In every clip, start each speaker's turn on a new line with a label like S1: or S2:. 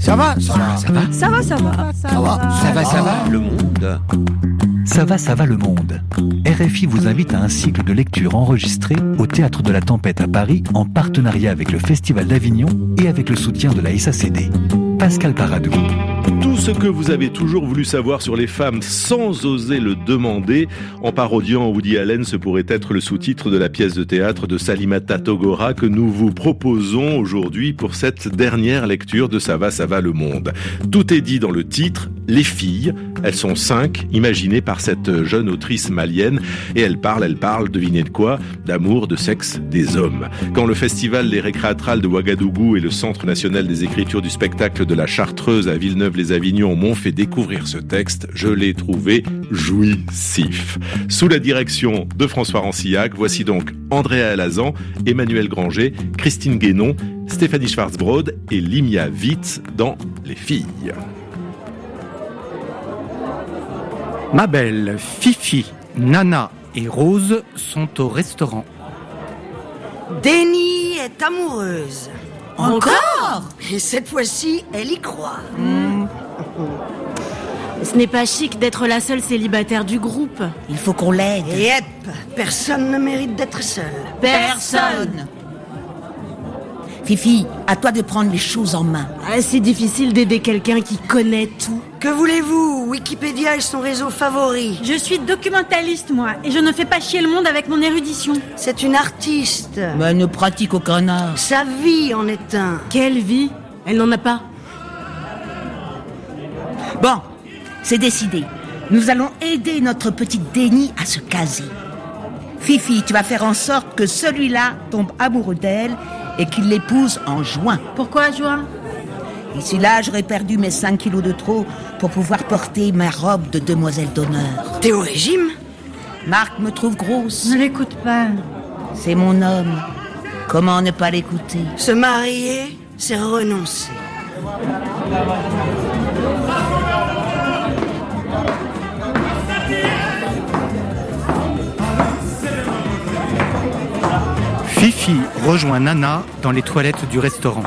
S1: Ça va Ça va, ça va
S2: Ça va, ça va.
S1: Ça va
S3: Ça va, ça va, le monde.
S4: Ça va, ça va le monde. RFI vous invite à un cycle de lecture enregistré au Théâtre de la Tempête à Paris en partenariat avec le Festival d'Avignon et avec le soutien de la SACD. Pascal Paradou.
S5: Tout ce que vous avez toujours voulu savoir sur les femmes sans oser le demander, en parodiant Woody Allen, ce pourrait être le sous-titre de la pièce de théâtre de Salimata Togora que nous vous proposons aujourd'hui pour cette dernière lecture de Ça va, ça va le monde. Tout est dit dans le titre, les filles, elles sont cinq, imaginées par cette jeune autrice malienne, et elles parlent, elles parlent, devinez de quoi D'amour, de sexe, des hommes. Quand le festival Les Récréatrales de Ouagadougou et le Centre National des Écritures du Spectacle de la Chartreuse à Villeneuve-les-Avignon m'ont fait découvrir ce texte, je l'ai trouvé jouissif. Sous la direction de François Rancillac, voici donc Andréa Alazan, Emmanuel Granger, Christine Guénon, Stéphanie Schwarzbrod et Limia Witt dans Les Filles.
S6: Ma belle, Fifi, Nana et Rose sont au restaurant.
S7: Denis est amoureuse.
S2: Encore
S7: Et cette fois-ci, elle y croit.
S8: Ce n'est pas chic d'être la seule célibataire du groupe. Il faut qu'on l'aide.
S7: Yep, personne ne mérite d'être seul.
S8: Personne
S9: Fifi, à toi de prendre les choses en main.
S8: Ah, C'est difficile d'aider quelqu'un qui connaît tout.
S7: Que voulez-vous Wikipédia est son réseau favori.
S2: Je suis documentaliste, moi, et je ne fais pas chier le monde avec mon érudition.
S7: C'est une artiste.
S9: Mais ne pratique aucun art.
S7: Sa vie en est un.
S8: Quelle vie Elle n'en a pas.
S9: Bon, c'est décidé. Nous allons aider notre petite Déni à se caser. Fifi, tu vas faire en sorte que celui-là tombe amoureux d'elle et qu'il l'épouse en juin.
S8: Pourquoi, Joan
S9: D'ici là, j'aurai perdu mes 5 kilos de trop pour pouvoir porter ma robe de demoiselle d'honneur.
S7: T'es au régime
S9: Marc me trouve grosse.
S2: Ne l'écoute pas.
S9: C'est mon homme. Comment ne pas l'écouter
S7: Se marier, c'est renoncer.
S6: Fifi rejoint Nana dans les toilettes du restaurant.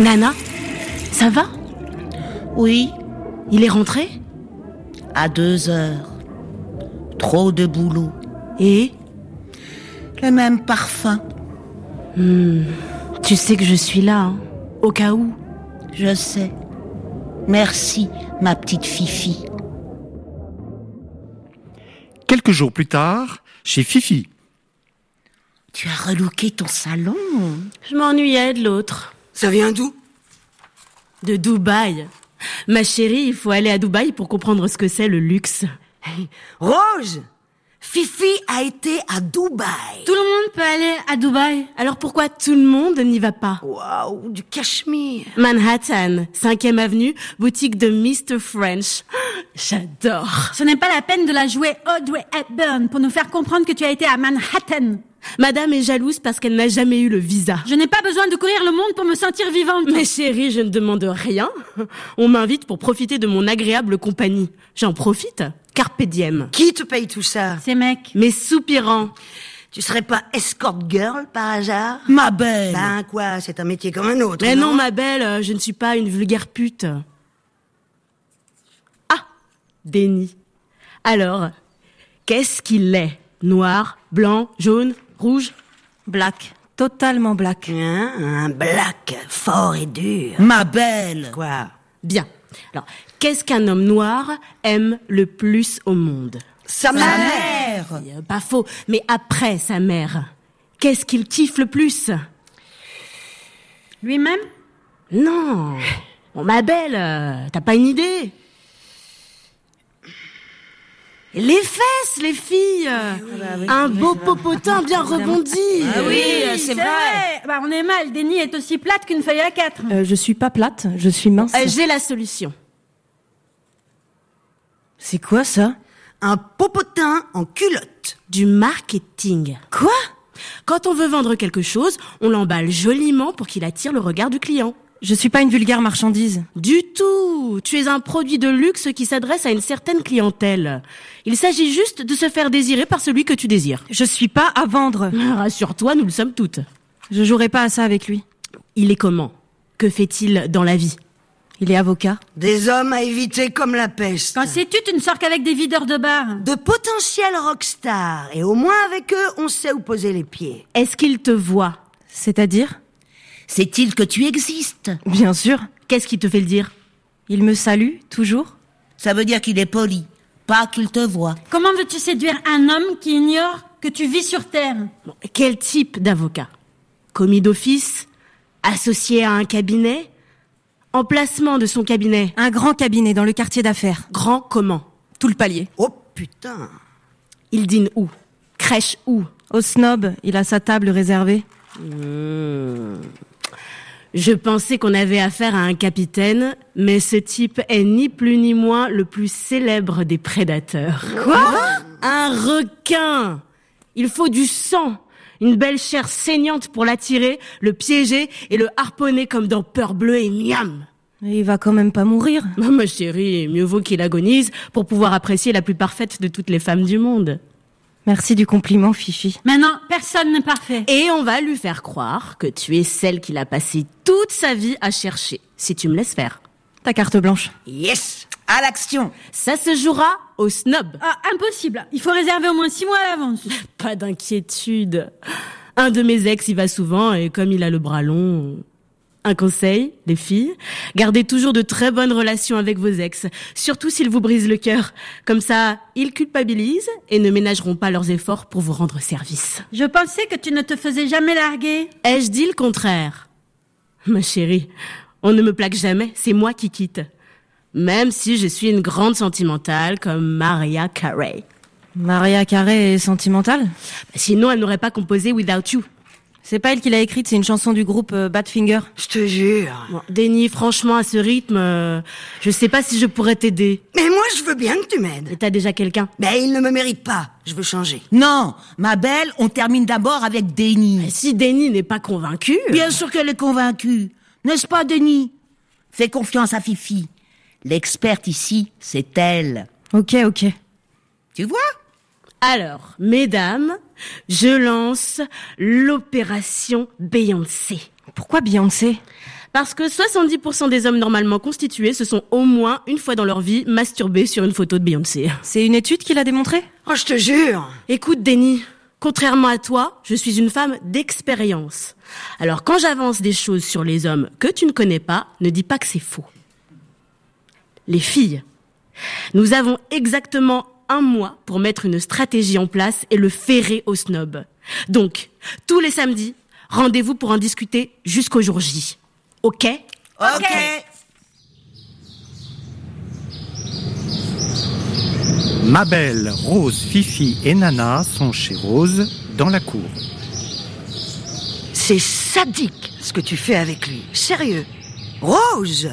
S8: Nana Ça va
S9: Oui,
S8: Il est rentré
S9: à deux heures. Trop de boulot.
S8: Et
S9: Le même parfum.
S8: Tu sais que je suis là, hein, au cas où.
S9: Je sais. Merci, ma petite Fifi.
S6: Quelques jours plus tard, chez Fifi.
S9: Tu as relooké ton salon.
S8: Je m'ennuyais de l'autre.
S7: Ça vient d'où
S8: De Dubaï. Ma chérie, il faut aller à Dubaï pour comprendre ce que c'est le luxe.
S7: Rose Fifi a été à Dubaï.
S8: Tout le monde peut aller à Dubaï. Alors pourquoi tout le monde n'y va pas
S7: Waouh, du Cachemire.
S8: Manhattan, 5e avenue, boutique de Mr. French. J'adore.
S2: Ce n'est pas la peine de la jouer Audrey Hepburn pour nous faire comprendre que tu as été à Manhattan.
S8: Madame est jalouse parce qu'elle n'a jamais eu le visa.
S2: Je n'ai pas besoin de courir le monde pour me sentir vivante.
S8: Mais chérie, je ne demande rien. On m'invite pour profiter de mon agréable compagnie. J'en profite. Carpe diem.
S7: Qui te paye tout ça
S2: Ces mecs.
S8: Mais soupirant.
S7: Tu serais pas escort girl par hasard
S9: Ma belle.
S7: Ben quoi, c'est un métier comme un autre.
S8: Mais non, ma belle, euh, je ne suis pas une vulgaire pute. Ah, déni. Alors, qu'est-ce qu'il est Noir, blanc, jaune, rouge
S2: Black. Totalement black.
S7: Hein, un black fort et dur.
S9: Ma belle.
S7: Quoi
S8: Bien. Alors, qu'est-ce qu'un homme noir aime le plus au monde
S7: Sa
S9: Ma
S7: mère
S9: mère.
S8: Euh, Pas faux, mais après sa mère. Qu'est-ce qu'il kiffe le plus
S2: Lui-même
S8: Non. Bon, ma belle, euh, t'as pas une idée Les fesses, les filles euh, Un beau popotin bien rebondi
S2: c'est vrai. Bah, on est mal. Denis est aussi plate qu'une feuille à quatre.
S10: Euh, je suis pas plate, je suis mince.
S8: Euh, J'ai la solution.
S10: C'est quoi ça
S7: un popotin en culotte.
S8: Du marketing.
S10: Quoi
S8: Quand on veut vendre quelque chose, on l'emballe joliment pour qu'il attire le regard du client.
S10: Je suis pas une vulgaire marchandise.
S8: Du tout Tu es un produit de luxe qui s'adresse à une certaine clientèle. Il s'agit juste de se faire désirer par celui que tu désires.
S10: Je suis pas à vendre.
S8: Rassure-toi, nous le sommes toutes.
S10: Je jouerai pas à ça avec lui.
S8: Il est comment Que fait-il dans la vie
S10: Il est avocat.
S7: Des hommes à éviter comme la peste.
S2: Quand Bah, c'est tu, tu ne sors qu'avec des videurs de bar.
S7: De potentiels rockstars. Et au moins avec eux, on sait où poser les pieds.
S8: Est-ce qu'il te voit
S10: C'est-à-dire
S9: Sait-il que tu existes
S10: Bien sûr.
S8: Qu'est-ce qui te fait le dire
S10: Il me salue toujours.
S9: Ça veut dire qu'il est poli, pas qu'il te voit.
S2: Comment veux-tu séduire un homme qui ignore que tu vis sur Terre
S8: Bon, Quel type d'avocat Commis d'office Associé à un cabinet Emplacement de son cabinet
S10: Un grand cabinet dans le quartier d'affaires.
S8: Grand comment
S10: Tout le palier.
S7: Oh putain.
S8: Il dîne où Crèche où
S10: Au snob, il a sa table réservée.
S8: Je pensais qu'on avait affaire à un capitaine, mais ce type est ni plus ni moins le plus célèbre des prédateurs. Quoi Un requin Il faut du sang une belle chair saignante pour l'attirer, le piéger et le harponner comme dans Peur Bleue et Miam.
S10: Mais il va quand même pas mourir.
S8: Non, ma chérie, mieux vaut qu'il agonise pour pouvoir apprécier la plus parfaite de toutes les femmes du monde.
S10: Merci du compliment, Fifi.
S2: Maintenant, personne n'est parfait.
S8: Et on va lui faire croire que tu es celle qu'il a passé toute sa vie à chercher, si tu me laisses faire.
S10: Ta carte blanche.
S7: Yes.
S9: À l'action
S8: Ça se jouera au snob.
S2: Ah, impossible. Il faut réserver au moins six mois à l'avance.
S8: Pas d'inquiétude. Un de mes ex y va souvent et comme il a le bras long... Un conseil, les filles, gardez toujours de très bonnes relations avec vos ex, surtout s'ils vous brisent le cœur. Comme ça, ils culpabilisent et ne ménageront pas leurs efforts pour vous rendre service.
S2: Je pensais que tu ne te faisais jamais larguer.
S8: Ai-je dit le contraire Ma chérie, on ne me plaque jamais, c'est moi qui quitte. Même si je suis une grande sentimentale comme Maria Carey.
S10: Maria Carré est sentimentale.
S8: Sinon, elle n'aurait pas composé Without You.
S10: C'est pas elle qui l'a écrite, c'est une chanson du groupe euh, Badfinger.
S7: Je te jure.
S8: Bon, Denis, franchement, à ce rythme, euh, je sais pas si je pourrais t'aider.
S7: Mais moi, je veux bien que tu
S8: Mais
S7: m'aides.
S8: t'as déjà quelqu'un.
S7: Mais il ne me mérite pas. Je veux changer.
S9: Non, ma belle, on termine d'abord avec
S8: Et
S9: Denis.
S8: si Denis n'est pas convaincu,
S9: Bien sûr qu'elle est convaincue, n'est-ce pas, Denis Fais confiance à Fifi. L'experte ici, c'est elle.
S10: Ok, ok.
S9: Tu vois
S8: alors, mesdames, je lance l'opération Beyoncé.
S10: Pourquoi Beyoncé
S8: Parce que 70% des hommes normalement constitués se sont au moins une fois dans leur vie masturbés sur une photo de Beyoncé.
S10: C'est une étude qui l'a démontré
S7: Oh, je te jure.
S8: Écoute, Denis, contrairement à toi, je suis une femme d'expérience. Alors quand j'avance des choses sur les hommes que tu ne connais pas, ne dis pas que c'est faux. Les filles, nous avons exactement un mois pour mettre une stratégie en place et le ferrer au snob. Donc, tous les samedis, rendez-vous pour en discuter jusqu'au jour J. Ok
S7: ok.
S6: Mabel, Rose, Fifi et Nana sont chez Rose dans la cour.
S7: C'est sadique ce que tu fais avec lui. Sérieux. Rose,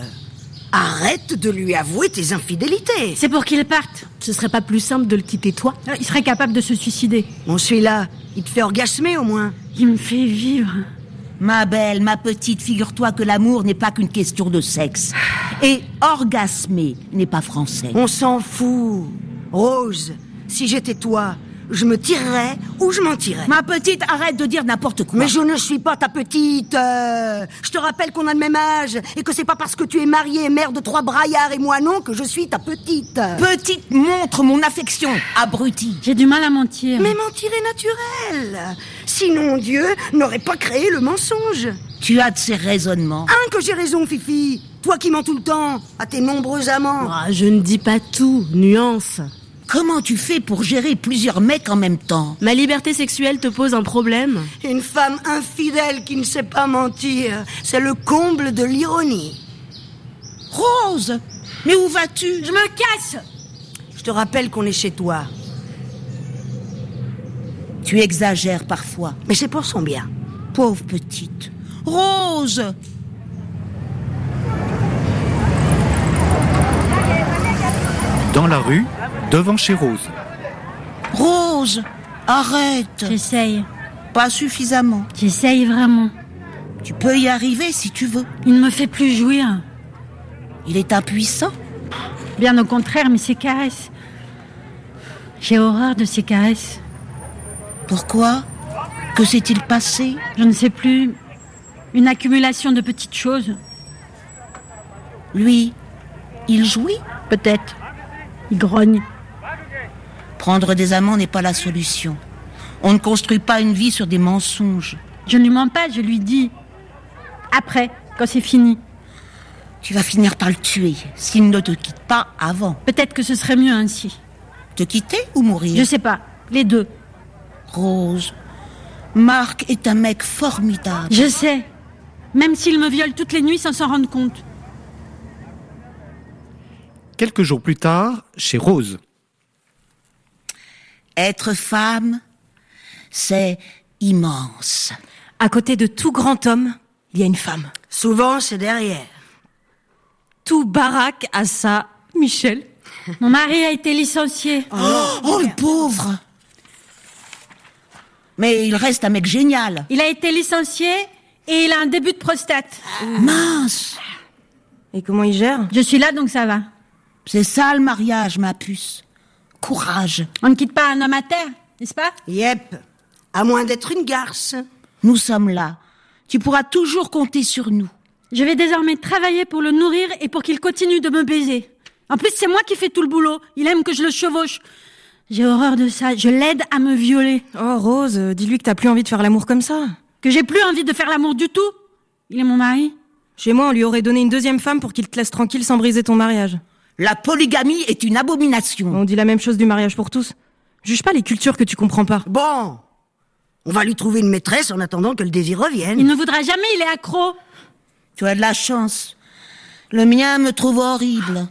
S7: arrête de lui avouer tes infidélités.
S2: C'est pour qu'il parte.
S8: Ce serait pas plus simple de le quitter toi
S2: Ah, Il serait capable de se suicider.
S7: Bon, celui-là, il te fait orgasmer au moins.
S2: Il me fait vivre.
S9: Ma belle, ma petite, figure-toi que l'amour n'est pas qu'une question de sexe. Et orgasmer n'est pas français.
S7: On s'en fout. Rose, si j'étais toi, je me tirerais ou je m'en tirerais.
S9: Ma petite, arrête de dire n'importe quoi.
S7: Mais je ne suis pas ta petite. euh. Je te rappelle qu'on a le même âge et que c'est pas parce que tu es mariée et mère de trois braillards et moi non que je suis ta petite.
S9: Petite, montre mon affection, abruti.
S2: J'ai du mal à mentir.
S7: Mais mentir est naturel. Sinon Dieu n'aurait pas créé le mensonge.
S9: Tu as de ces raisonnements.
S7: Un que j'ai raison, Fifi. Toi qui mens tout le temps à tes nombreux amants.
S8: Ah, Je ne dis pas tout, nuance.
S9: Comment tu fais pour gérer plusieurs mecs en même temps
S8: Ma liberté sexuelle te pose un problème
S7: Une femme infidèle qui ne sait pas mentir, c'est le comble de l'ironie.
S9: Rose, mais où vas-tu
S2: Je me casse
S7: Je te rappelle qu'on est chez toi,
S9: Tu exagères parfois.
S7: mais c'est pour son bien.
S9: Pauvre petite. Rose
S6: Dans la rue, devant chez Rose.
S9: Rose Arrête
S2: J'essaye.
S9: Pas suffisamment.
S2: J'essaye vraiment.
S9: Tu peux y arriver si tu veux.
S2: Il ne me fait plus jouir.
S9: Il est impuissant.
S2: Bien au contraire, mais ses caresses. J'ai horreur de ses caresses.
S9: Pourquoi Que s'est-il passé
S2: Je ne sais plus. Une accumulation de petites choses,
S9: Lui, il jouit
S2: peut-être. Il grogne.
S9: Prendre des amants n'est pas la solution. On ne construit pas une vie sur des mensonges.
S2: Je ne lui mens pas, je lui dis. Après, quand c'est fini.
S9: Tu vas finir par le tuer s'il ne te quitte pas avant.
S2: Peut-être que ce serait mieux ainsi.
S9: Te quitter ou mourir
S2: Je sais pas. Les deux.
S9: Rose, Marc est un mec formidable.
S2: Je sais. Même s'il me viole toutes les nuits sans s'en rendre compte.
S6: Quelques jours plus tard, chez Rose.
S9: Être femme, c'est immense.
S10: À côté de tout grand homme, il y a une femme.
S7: Souvent, c'est derrière.
S10: Tout baraque à ça, Michel.
S2: Mon mari a été licencié.
S9: Oh, le pauvre Mais il reste un mec génial.
S2: Il a été licencié et il a un début de prostate.
S10: Ah.
S9: Mince
S10: Et comment il gère
S2: Je suis là donc ça va.
S9: C'est ça le mariage, ma puce. Courage.
S2: On ne quitte pas un homme à terre, n'est-ce pas
S7: Yep. À moins d'être une garce.
S9: Nous sommes là. Tu pourras toujours compter sur nous.
S2: Je vais désormais travailler pour le nourrir et pour qu'il continue de me baiser. En plus, c'est moi qui fais tout le boulot. Il aime que je le chevauche. J'ai horreur de ça. Je l'aide à me violer.
S10: Oh Rose, euh, dis-lui que t'as plus envie de faire l'amour comme ça.
S2: Que j'ai plus envie de faire l'amour du tout. Il est mon mari.
S10: Chez moi, on lui aurait donné une deuxième femme pour qu'il te laisse tranquille sans briser ton mariage.
S9: La polygamie est une abomination.
S10: On dit la même chose du mariage pour tous. Juge pas les cultures que tu comprends pas.
S7: Bon. On va lui trouver une maîtresse en attendant que le désir
S2: Il
S7: revienne.
S2: ne voudra jamais, il est accro.
S9: Tu as de la chance. Le mien me trouve horrible.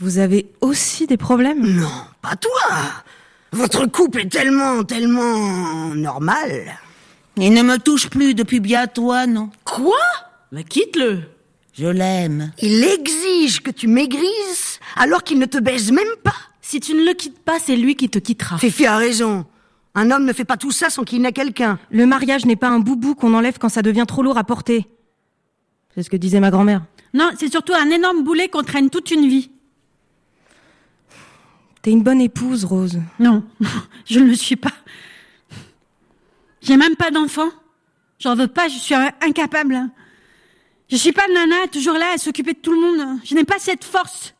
S10: Vous avez aussi des problèmes
S7: Non, pas toi. Votre couple est tellement, tellement normal.
S9: Il ne me touche plus depuis bientôt un an.
S8: Quoi Mais quitte-le.
S9: Je l'aime.
S7: Il exige que tu maigrisses alors qu'il ne te baise même pas.
S8: Si tu ne le quittes pas, c'est lui qui te quittera.
S7: Fifi a raison. Un homme ne fait pas tout ça sans qu'il n'ait quelqu'un.
S10: Le mariage n'est pas un boubou qu'on enlève quand ça devient trop lourd à porter. C'est ce que disait ma grand-mère.
S2: Non, c'est surtout un énorme boulet qu'on traîne toute une vie.
S10: T'es une bonne épouse, Rose.
S2: Non, je ne le suis pas. J'ai même pas d'enfant. J'en veux pas, je suis euh, incapable. Je suis pas nana, toujours là à s'occuper de tout le monde. Je n'ai pas cette force.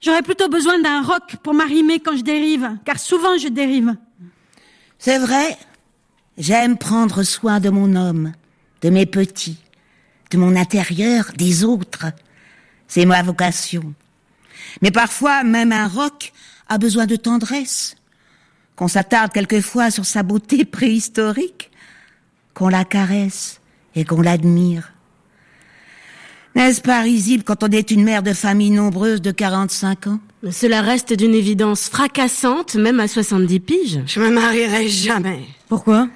S2: J'aurais plutôt besoin d'un roc pour m'arrimer quand je dérive, car souvent je dérive.
S9: C'est vrai. J'aime prendre soin de mon homme, de mes petits, de mon intérieur, des autres. C'est ma vocation. Mais parfois, même un roc a besoin de tendresse. Qu'on s'attarde quelquefois sur sa beauté préhistorique, qu'on la caresse et qu'on l'admire. N'est-ce pas risible quand on est une mère de famille nombreuse de 45 ans
S8: Cela reste d'une évidence fracassante, même à 70 piges.
S7: Je me marierai jamais.
S10: Pourquoi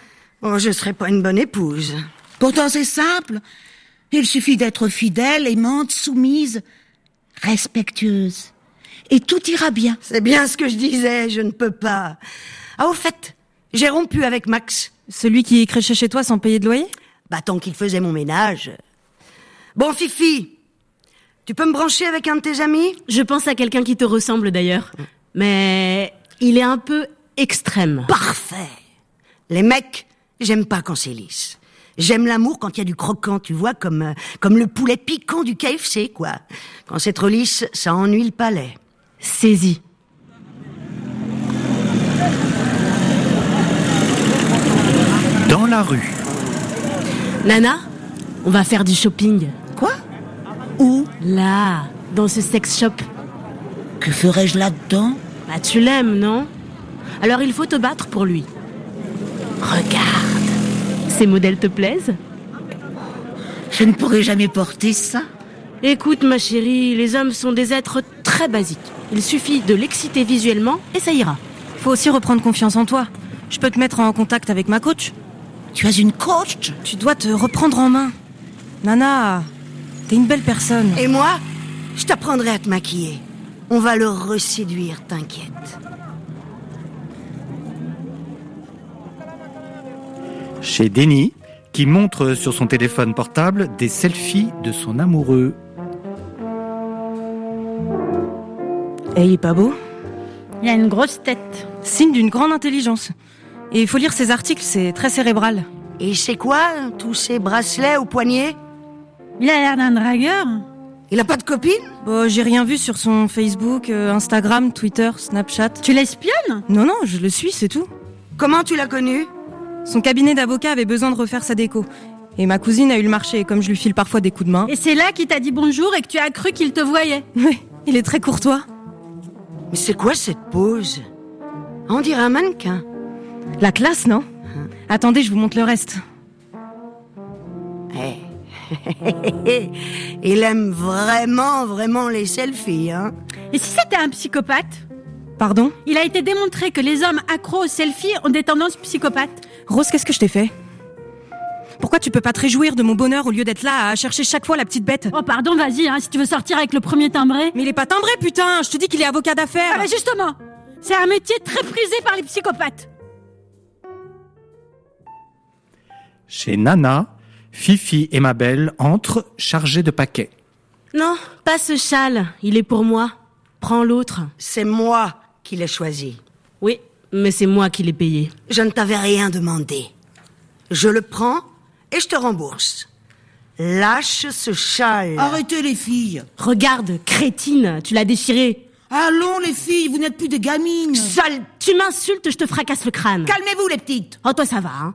S7: Oh, je serai pas une bonne épouse.
S9: Pourtant, c'est simple. Il suffit d'être fidèle, aimante, soumise, respectueuse. Et tout ira bien.
S7: C'est bien ce que je disais, je ne peux pas. Ah, au fait, j'ai rompu avec Max.
S10: Celui qui crêchait chez toi sans payer de loyer
S7: Bah, tant qu'il faisait mon ménage. Bon, Fifi, tu peux me brancher avec un de tes amis
S8: Je pense à quelqu'un qui te ressemble d'ailleurs. Mais il est un peu extrême.
S7: Parfait. Les mecs, j'aime pas quand c'est lisse. J'aime l'amour quand il y a du croquant, tu vois, comme, euh, comme le poulet piquant du KFC, quoi. Quand c'est trop lisse, ça ennuie le palais.
S8: Saisi.
S6: Dans la rue.
S8: Nana, on va faire du shopping.
S9: Quoi
S8: Où Là, dans ce sex shop.
S9: Que ferais-je là-dedans
S8: Bah tu l'aimes, non Alors il faut te battre pour lui. Regarde. Ces modèles te plaisent
S9: Je ne pourrai jamais porter ça.
S8: Écoute ma chérie, les hommes sont des êtres très basiques. Il suffit de l'exciter visuellement et ça ira.
S10: Faut aussi reprendre confiance en toi. Je peux te mettre en contact avec ma coach.
S9: Tu as une coach
S10: Tu dois te reprendre en main. Nana, t'es une belle personne.
S7: Et moi, je t'apprendrai à te maquiller. On va le reséduire, t'inquiète.
S6: Chez Denis. qui montre sur son téléphone portable des selfies de son amoureux.
S10: Eh, il est pas beau
S2: Il a une grosse tête.
S10: Signe d'une grande intelligence. Et il faut lire ses articles, c'est très cérébral.
S7: Et c'est quoi, hein, tous ces bracelets au poignet
S2: Il a l'air d'un dragueur.
S7: Il a pas de copine
S10: Bon, j'ai rien vu sur son Facebook, euh, Instagram, Twitter, Snapchat.
S2: Tu l'espionnes
S10: Non, non, je le suis, c'est tout.
S7: Comment tu l'as connu
S10: Son cabinet d'avocat avait besoin de refaire sa déco. Et ma cousine a eu le marché, et comme je lui file parfois des coups de main.
S2: Et c'est là qu'il t'a dit bonjour et que tu as cru qu'il te voyait.
S10: Oui, il est très courtois.
S7: Mais c'est quoi cette pose On dirait un mannequin.
S10: La classe, non Attendez, je vous montre le reste.
S7: Eh. Il aime vraiment, vraiment les selfies, hein
S2: Et si c'était un psychopathe
S10: Pardon
S2: Il a été démontré que les hommes accros aux selfies ont des tendances psychopathes.
S10: Rose, qu'est-ce que je t'ai fait Pourquoi tu peux pas te réjouir de mon bonheur au lieu d'être là à chercher chaque fois la petite bête
S2: Oh pardon, vas-y, hein, si tu veux sortir avec le premier timbré.
S10: Mais il est pas timbré, putain Je te dis qu'il est avocat d'affaires
S2: Ah bah justement, c'est un métier très prisé par les psychopathes.
S6: Chez Nana, Fifi et Mabel entrent chargés de paquets.
S8: Non, pas ce châle, il est pour moi. Prends l'autre.
S7: C'est moi qui l'ai choisi.
S8: Oui, mais c'est moi qui l'ai payé.
S7: Je ne t'avais rien demandé. Je le prends et je te rembourse. Lâche ce châle.
S9: Arrêtez les filles.
S8: Regarde, crétine, tu l'as déchiré.
S9: Allons les filles, vous n'êtes plus des gamines.
S8: Sale, tu m'insultes, je te fracasse le crâne.
S9: Calmez-vous les petites.
S8: Oh, toi, ça va, hein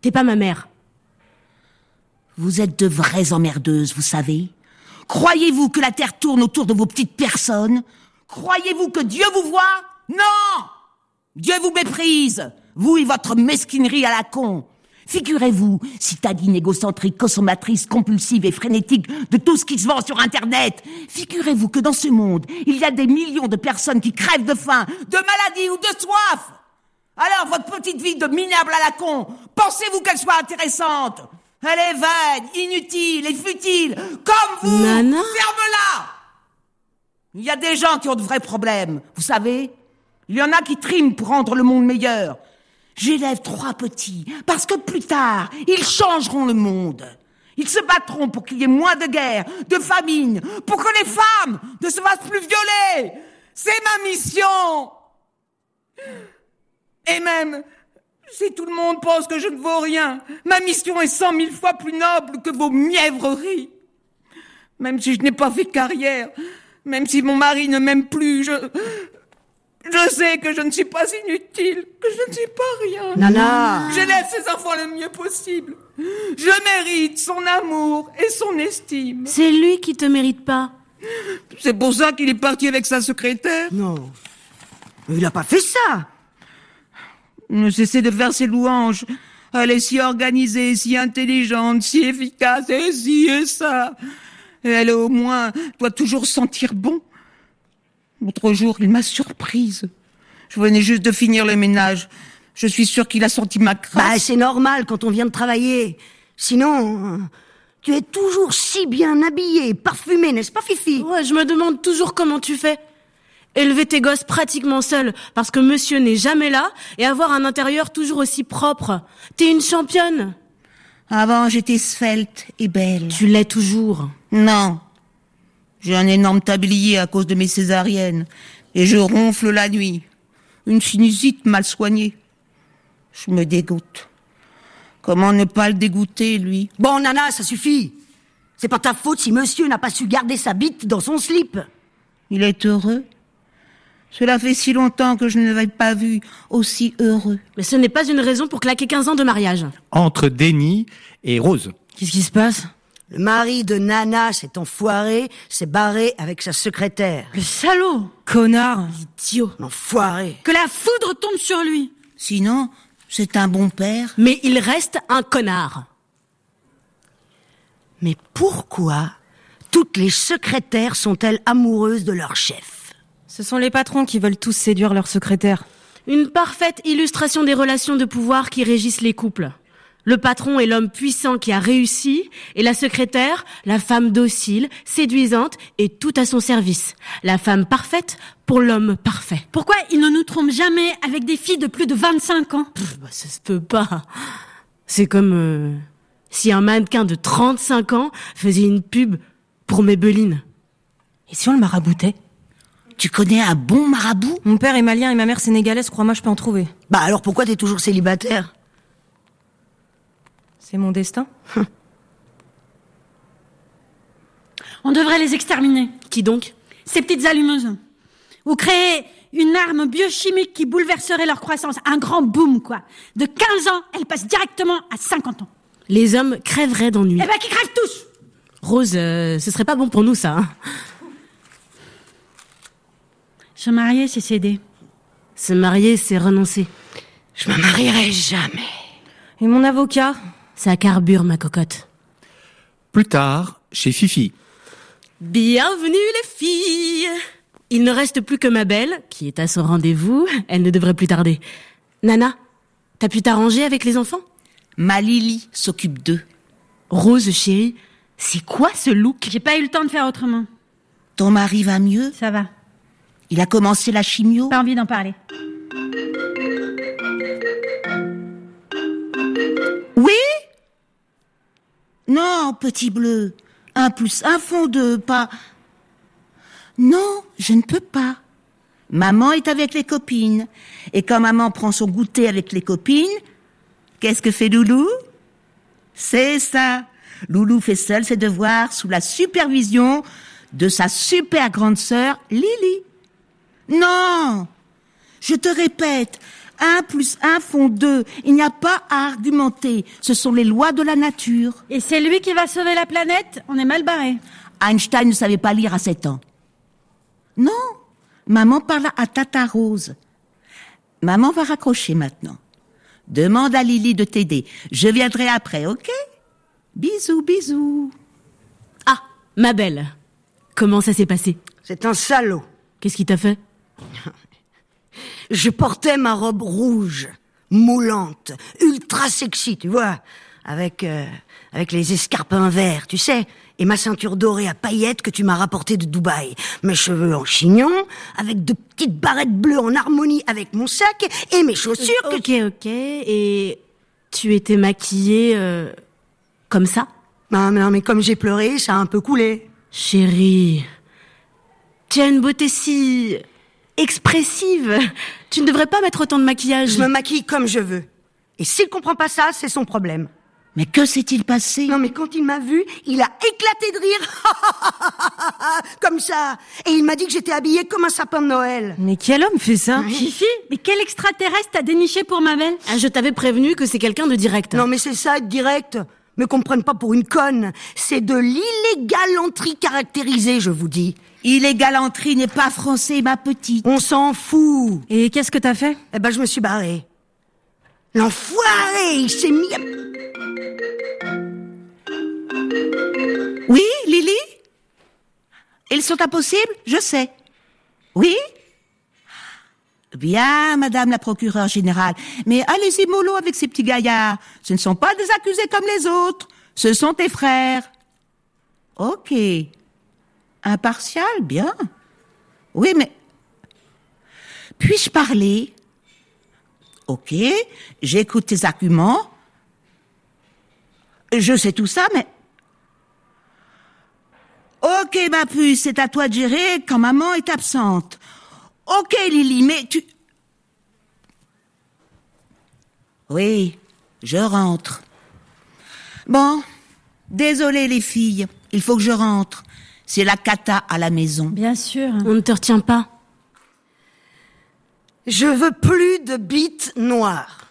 S8: T'es pas ma mère.
S9: Vous êtes de vraies emmerdeuses, vous savez. Croyez-vous que la Terre tourne autour de vos petites personnes Croyez-vous que Dieu vous voit Non Dieu vous méprise, vous et votre mesquinerie à la con. Figurez-vous, citadine égocentrique, consommatrice, compulsive et frénétique de tout ce qui se vend sur Internet, figurez-vous que dans ce monde, il y a des millions de personnes qui crèvent de faim, de maladie ou de soif. Alors, votre petite vie de minable à la con, pensez-vous qu'elle soit intéressante Elle est vaine, inutile et futile, comme vous
S8: Nana
S9: Ferme-la Il y a des gens qui ont de vrais problèmes, vous savez Il y en a qui triment pour rendre le monde meilleur. J'élève trois petits, parce que plus tard, ils changeront le monde. Ils se battront pour qu'il y ait moins de guerre, de famine, pour que les femmes ne se fassent plus violer C'est ma mission et même, si tout le monde pense que je ne vaux rien, ma mission est cent mille fois plus noble que vos mièvreries. Même si je n'ai pas fait de carrière, même si mon mari ne m'aime plus, je... Je sais que je ne suis pas inutile, que je ne suis pas rien.
S7: Nana.
S9: J'élève ses enfants le mieux possible. Je mérite son amour et son estime.
S8: C'est lui qui te mérite pas.
S9: C'est pour ça qu'il est parti avec sa secrétaire.
S7: Non. Il n'a pas fait ça.
S9: Ne cessez de faire ses louanges. Elle est si organisée, si intelligente, si efficace, et si et ça. Et Elle, au moins, doit toujours sentir bon. L'autre jour, il m'a surprise. Je venais juste de finir le ménage. Je suis sûre qu'il a senti ma
S7: Bah,
S9: crasse.
S7: c'est normal quand on vient de travailler. Sinon, euh, tu es toujours si bien habillée, parfumée, n'est-ce pas, Fifi
S8: Ouais, je me demande toujours comment tu fais. Élever tes gosses pratiquement seul, parce que monsieur n'est jamais là, et avoir un intérieur toujours aussi propre. T'es une championne.
S9: Avant, j'étais svelte et belle.
S8: Tu l'es toujours.
S9: Non. J'ai un énorme tablier à cause de mes césariennes. Et je ronfle la nuit. Une sinusite mal soignée. Je me dégoûte. Comment ne pas le dégoûter, lui
S7: Bon, Nana, ça suffit. C'est pas ta faute si monsieur n'a pas su garder sa bite dans son slip.
S9: Il est heureux. Cela fait si longtemps que je ne l'avais pas vu aussi heureux.
S8: Mais ce n'est pas une raison pour claquer 15 ans de mariage.
S6: Entre Denis et Rose.
S10: Qu'est-ce qui se passe
S7: Le mari de Nana, cet enfoiré, s'est barré avec sa secrétaire.
S2: Le salaud
S10: Connard
S8: Tio.
S7: L'enfoiré.
S2: Que la foudre tombe sur lui
S9: Sinon, c'est un bon père.
S8: Mais il reste un connard.
S7: Mais pourquoi toutes les secrétaires sont-elles amoureuses de leur chef
S10: Ce sont les patrons qui veulent tous séduire leur secrétaire.
S8: Une parfaite illustration des relations de pouvoir qui régissent les couples. Le patron est l'homme puissant qui a réussi, et la secrétaire, la femme docile, séduisante et tout à son service. La femme parfaite pour l'homme parfait.
S2: Pourquoi il ne nous trompe jamais avec des filles de plus de 25 ans
S8: Pff, bah, ça se peut pas. C'est comme euh, si un mannequin de 35 ans faisait une pub pour Maybelline.
S10: Et si on le maraboutait
S7: Tu connais un bon marabout
S10: Mon père est malien et ma mère sénégalaise, crois-moi, je peux en trouver.
S7: Bah alors pourquoi t'es toujours célibataire
S10: C'est mon destin.
S2: On devrait les exterminer,
S8: Qui donc
S2: ces petites allumeuses. Ou créer une arme biochimique qui bouleverserait leur croissance. Un grand boom, quoi. De 15 ans, elles passent directement à 50 ans.
S8: Les hommes crèveraient d'ennui.
S2: Eh ben, qui crèvent tous
S8: Rose, euh, ce serait pas bon pour nous, ça. hein.
S2: Se marier, c'est céder.
S8: Se marier, c'est renoncer.
S7: Je me marierai jamais.
S10: Et mon avocat
S8: Ça carbure, ma cocotte.
S6: Plus tard, chez Fifi.
S8: Bienvenue, les filles Il ne reste plus que ma belle, qui est à son rendez-vous. Elle ne devrait plus tarder. Nana, t'as pu t'arranger avec les enfants
S9: Ma Lily s'occupe d'eux.
S8: Rose, chérie, c'est quoi ce look
S2: J'ai pas eu le temps de faire autrement.
S9: Ton mari va mieux
S2: Ça va.
S9: Il a commencé la chimio
S2: Pas envie d'en parler.
S9: Oui Non, petit bleu. Un plus un fond de pas. Non, je ne peux pas. Maman est avec les copines. Et quand maman prend son goûter avec les copines, qu'est-ce que fait Loulou C'est ça. Loulou fait seul ses devoirs sous la supervision de sa super grande sœur Lily. Non je te répète, un plus un font deux. Il n'y a pas à argumenter. Ce sont les lois de la nature.
S2: Et c'est lui qui va sauver la planète On est mal barré.
S9: Einstein ne savait pas lire à sept ans. Non, maman parla à Tata Rose. Maman va raccrocher maintenant. Demande à Lily de t'aider. Je viendrai après, ok Bisous, bisous.
S8: Ah, ma belle. Comment ça s'est passé
S7: C'est un salaud.
S8: Qu'est-ce qui t'a fait
S7: Je portais ma robe rouge, moulante, ultra sexy, tu vois, avec euh, avec les escarpins verts, tu sais, et ma ceinture dorée à paillettes que tu m'as rapportée de Dubaï. Mes cheveux en chignon, avec de petites barrettes bleues en harmonie avec mon sac et mes chaussures que
S8: Ok, ok. Et tu étais maquillée euh, comme ça
S7: Non, mais non, mais comme j'ai pleuré, ça a un peu coulé.
S8: Chérie, tu as une beauté si expressive. Tu ne devrais pas mettre autant de maquillage.
S7: Je me maquille comme je veux. Et s'il comprend pas ça, c'est son problème.
S9: Mais que s'est-il passé
S7: Non, mais quand il m'a vu, il a éclaté de rire. comme ça. Et il m'a dit que j'étais habillée comme un sapin de Noël.
S10: Mais quel homme fait ça
S2: Fifi, mais quel extraterrestre t'as déniché pour ma belle
S8: Ah, je t'avais prévenu que c'est quelqu'un de direct.
S7: Non, mais c'est ça, être direct. Me comprenne pas pour une conne. C'est de l'illégalanterie caractérisée, je vous dis.
S9: Illégalanterie n'est pas français, ma petite.
S7: On s'en fout.
S10: Et qu'est-ce que t'as fait
S7: Eh ben, je me suis barrée. L'enfoiré, il s'est mis à...
S9: Oui, Lily Ils sont impossibles Je sais. Oui Bien, madame la procureure générale. Mais allez-y mollo avec ces petits gaillards. Ce ne sont pas des accusés comme les autres. Ce sont tes frères. Ok. Impartial, bien. Oui, mais... Puis-je parler Ok, j'écoute tes arguments. Je sais tout ça, mais Ok, ma puce, c'est à toi de gérer quand maman est absente. Ok, Lily, mais tu... Oui, je rentre. Bon, désolée les filles, il faut que je rentre. C'est la cata à la maison.
S2: Bien sûr.
S8: On ne te retient pas.
S7: Je veux plus de bites noires.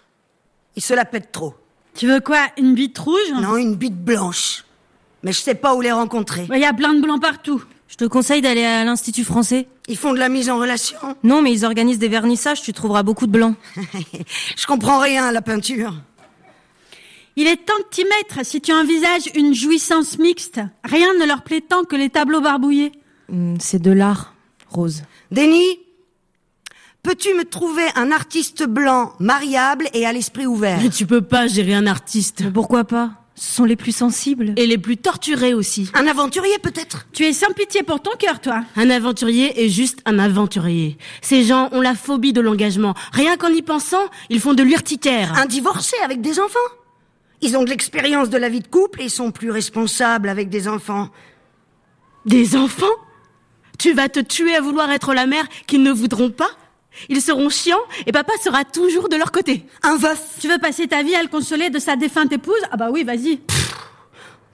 S7: Il se la pète trop.
S2: Tu veux quoi Une bite rouge
S7: Non, une bite blanche. Mais je sais pas où les rencontrer.
S2: Il y a plein de blancs partout.
S10: Je te conseille d'aller à l'Institut français.
S7: Ils font de la mise en relation.
S10: Non, mais ils organisent des vernissages, tu trouveras beaucoup de blancs.
S7: Je comprends rien à la peinture.
S2: Il est temps de t'y mettre si tu envisages une jouissance mixte. Rien ne leur plaît tant que les tableaux barbouillés.
S10: Hum, C'est de l'art, Rose.
S7: Denis, peux-tu me trouver un artiste blanc, mariable et à l'esprit ouvert
S8: Mais tu peux pas gérer un artiste.
S10: Mais pourquoi pas Ce sont les plus sensibles.
S8: Et les plus torturés aussi.
S7: Un aventurier peut-être
S2: Tu es sans pitié pour ton cœur, toi.
S8: Un aventurier est juste un aventurier. Ces gens ont la phobie de l'engagement. Rien qu'en y pensant, ils font de l'urticaire.
S7: Un divorcé avec des enfants Ils ont de l'expérience de la vie de couple et ils sont plus responsables avec des enfants.
S8: Des enfants Tu vas te tuer à vouloir être la mère qu'ils ne voudront pas Ils seront chiants et papa sera toujours de leur côté.
S7: Un veuf
S2: Tu veux passer ta vie à le consoler de sa défunte épouse Ah bah oui, vas-y.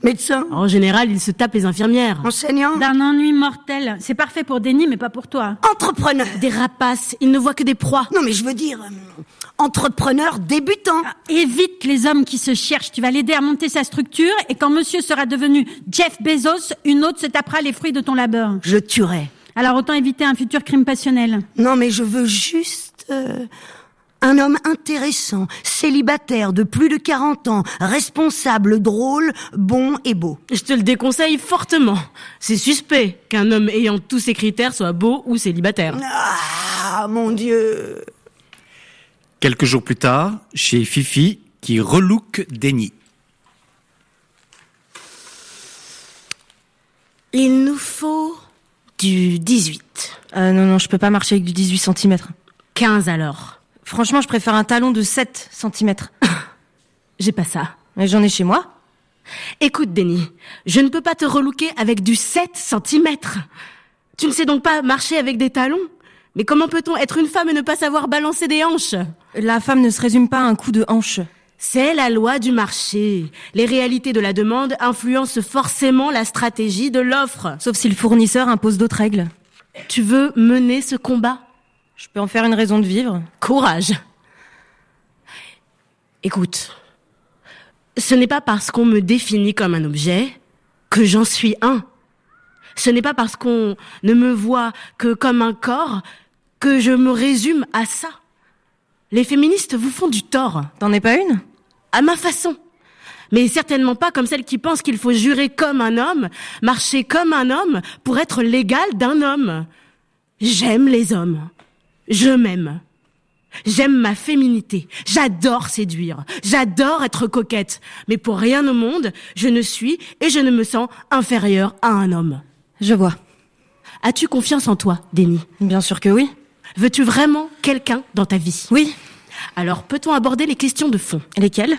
S7: Médecin
S8: En général, ils se tapent les infirmières.
S7: Enseignant
S2: D'un ennui mortel. C'est parfait pour Denis, mais pas pour toi.
S7: Entrepreneur
S8: Des rapaces, ils ne voient que des proies.
S7: Non mais je veux dire... euh, entrepreneur débutant
S2: Ah. Évite les hommes qui se cherchent. Tu vas l'aider à monter sa structure et quand monsieur sera devenu Jeff Bezos, une autre se tapera les fruits de ton labeur.
S7: Je tuerais.
S2: Alors autant éviter un futur crime passionnel.
S7: Non mais je veux juste... euh, un homme intéressant, célibataire, de plus de 40 ans, responsable, drôle, bon et beau.
S8: Je te le déconseille fortement. C'est suspect qu'un homme ayant tous ces critères soit beau ou célibataire.
S7: Ah mon Dieu
S6: Quelques jours plus tard, chez Fifi, qui relook Denis.
S8: Il nous faut du 18.
S10: Euh, non, non, je peux pas marcher avec du 18 cm.
S8: 15 alors.
S10: Franchement, je préfère un talon de 7 cm.
S8: J'ai pas ça.
S10: Mais j'en ai chez moi.
S8: Écoute, Denis, je ne peux pas te relooker avec du 7 cm. Tu ne sais donc pas marcher avec des talons Mais comment peut-on être une femme et ne pas savoir balancer des hanches
S10: La femme ne se résume pas à un coup de hanche.
S8: C'est la loi du marché. Les réalités de la demande influencent forcément la stratégie de l'offre.
S10: Sauf si le fournisseur impose d'autres règles.
S8: Tu veux mener ce combat
S10: Je peux en faire une raison de vivre.
S8: Courage. Écoute, ce n'est pas parce qu'on me définit comme un objet que j'en suis un. Ce n'est pas parce qu'on ne me voit que comme un corps que je me résume à ça. Les féministes vous font du tort,
S10: T'en es pas une
S8: à ma façon. Mais certainement pas comme celles qui pensent qu'il faut jurer comme un homme, marcher comme un homme pour être l'égal d'un homme. J'aime les hommes. Je m'aime. J'aime ma féminité. J'adore séduire. J'adore être coquette. Mais pour rien au monde, je ne suis et je ne me sens inférieure à un homme.
S10: Je vois.
S8: As-tu confiance en toi, Denis
S10: Bien sûr que oui.
S8: Veux-tu vraiment quelqu'un dans ta vie
S10: Oui.
S8: Alors peut-on aborder les questions de fond
S10: Lesquelles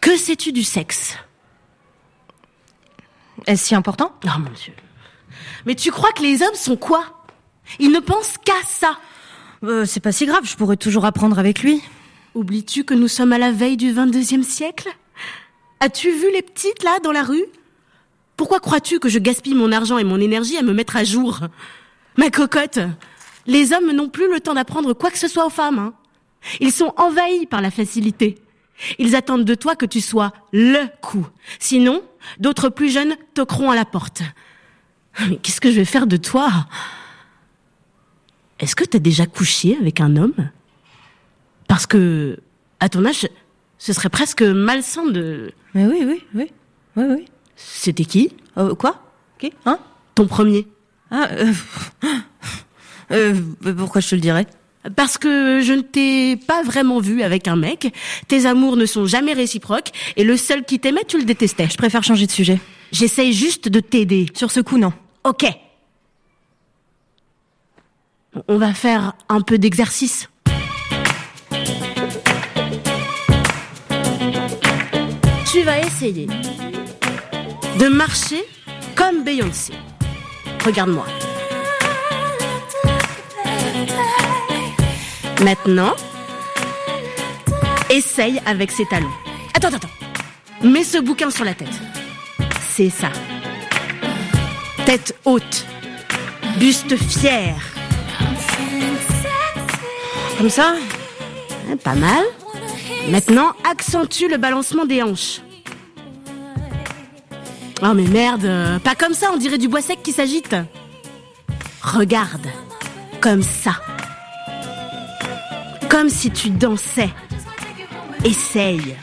S8: Que sais-tu du sexe
S10: Est-ce si important
S8: Oh mon Dieu. Mais tu crois que les hommes sont quoi Ils ne pensent qu'à ça.
S10: Euh, C'est pas si grave, je pourrais toujours apprendre avec lui.
S8: Oublies-tu que nous sommes à la veille du 22e siècle As-tu vu les petites là dans la rue Pourquoi crois-tu que je gaspille mon argent et mon énergie à me mettre à jour Ma cocotte, les hommes n'ont plus le temps d'apprendre quoi que ce soit aux femmes. hein. Ils sont envahis par la facilité. Ils attendent de toi que tu sois le coup. Sinon, d'autres plus jeunes toqueront à la porte. Mais qu'est-ce que je vais faire de toi Est-ce que t'as déjà couché avec un homme parce que, à ton âge, ce serait presque malsain de...
S10: Mais oui, oui, oui. Oui, oui.
S8: C'était qui
S10: Euh, quoi Ok. Hein
S8: Ton premier
S10: Ah, euh... euh, pourquoi je te le dirais
S8: Parce que je ne t'ai pas vraiment vu avec un mec, tes amours ne sont jamais réciproques, et le seul qui t'aimait, tu le détestais.
S10: Je préfère changer de sujet.
S8: J'essaye juste de t'aider.
S10: Sur ce coup, non.
S8: Ok. On va faire un peu d'exercice. Tu vas essayer de marcher comme Beyoncé. Regarde-moi. Maintenant, essaye avec ses talons. Attends, attends, attends. Mets ce bouquin sur la tête. C'est ça. Tête haute, buste fier.
S10: Comme ça
S8: Hein, Pas mal. Maintenant, accentue le balancement des hanches. Oh mais merde, euh, pas comme ça, on dirait du bois sec qui s'agite. Regarde, comme ça. Comme si tu dansais. Essaye.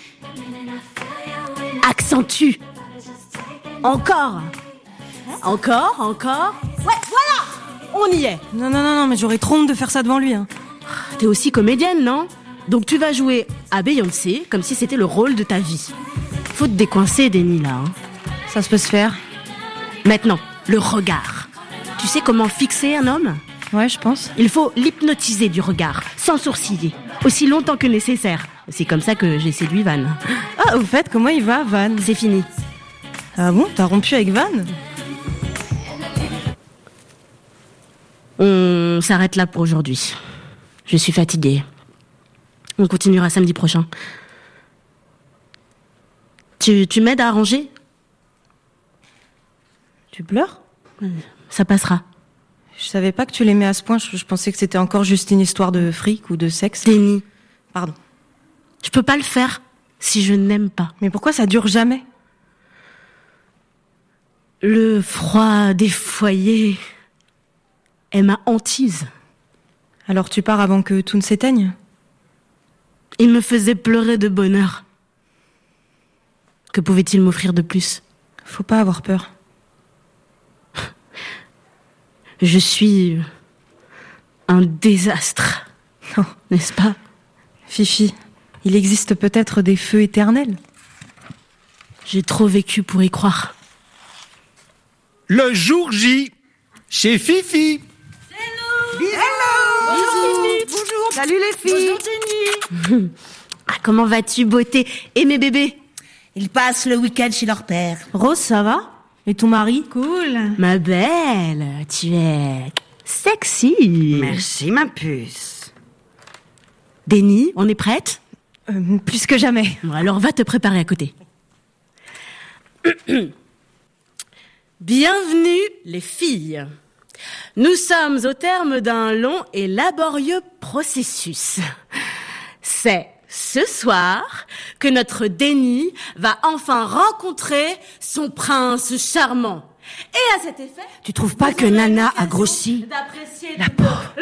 S8: Accentue. Encore. Encore, encore. Ouais, voilà On y est.
S10: Non, non, non, non, mais j'aurais trop honte de faire ça devant lui. Hein.
S8: T'es aussi comédienne, non Donc tu vas jouer à Beyoncé comme si c'était le rôle de ta vie. Faut te décoincer, Denis, là. hein.
S10: Ça se peut se faire.
S8: Maintenant, le regard. Tu sais comment fixer un homme
S10: Ouais, je pense.
S8: Il faut l'hypnotiser du regard, sans sourciller, aussi longtemps que nécessaire. C'est comme ça que j'ai séduit Van.
S10: Ah, au fait, comment il va, Van
S8: C'est fini.
S10: Ah bon, t'as rompu avec Van
S8: On s'arrête là pour aujourd'hui. Je suis fatiguée. On continuera samedi prochain. Tu, tu m'aides à arranger
S10: Tu pleures
S8: Ça passera.
S10: Je savais pas que tu l'aimais à ce point. Je, je pensais que c'était encore juste une histoire de fric ou de sexe.
S8: Déni.
S10: Pardon.
S8: Je peux pas le faire si je n'aime pas.
S10: Mais pourquoi ça dure jamais
S8: Le froid des foyers est ma hantise.
S10: Alors tu pars avant que tout ne s'éteigne
S8: Il me faisait pleurer de bonheur. Que pouvait-il m'offrir de plus
S10: Faut pas avoir peur.
S8: Je suis un désastre,
S10: Non.
S8: n'est-ce pas
S10: Fifi, il existe peut-être des feux éternels
S8: J'ai trop vécu pour y croire.
S6: Le jour J, chez Fifi.
S7: Salut les filles
S8: Ah, comment vas-tu, beauté Et mes bébés
S9: Ils passent le week-end chez leur père.
S10: Rose, ça va Et ton mari
S2: Cool.
S8: Ma belle, tu es sexy.
S7: Merci ma puce.
S8: Denis, on est prête
S10: Euh, Plus que jamais.
S8: Bon, alors va te préparer à côté. Bienvenue les filles. Nous sommes au terme d'un long et laborieux processus. C'est ce soir que notre Denis va enfin rencontrer son prince charmant. Et à cet effet,
S7: Tu trouves pas que Nana a grossi
S8: la pauvre.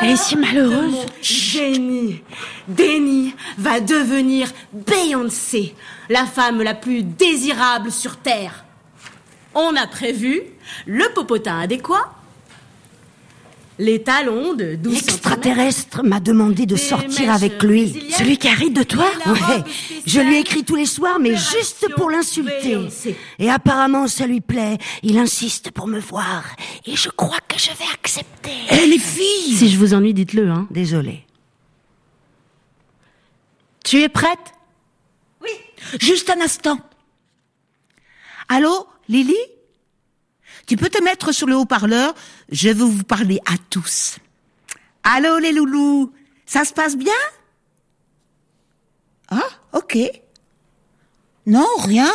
S8: Elle est si malheureuse. Génie. Denny va devenir Beyoncé, la femme la plus désirable sur Terre. On a prévu le popotin adéquat, les talons de 12 centimètres.
S7: L'extraterrestre m'a demandé de
S8: Des mèches
S7: sortir avec lui.
S8: brésiliennes.
S7: Celui qui arrive de toi
S8: Et la
S7: Ouais.
S8: robe spéciale
S7: Je lui écris tous les soirs, mais
S8: Opération
S7: juste pour l'insulter.
S8: Beyoncé.
S7: Et apparemment, ça lui plaît. Il insiste pour me voir. Et je crois que je vais accepter.
S9: les filles
S8: Si je vous ennuie, dites-le. Hein.
S7: Désolée.
S8: Tu es prête
S9: Juste un instant. Allô, Lily Tu peux te mettre sur le haut-parleur Je veux vous parler à tous. Allô, les loulous Ça se passe bien Ah, ok. Non, rien.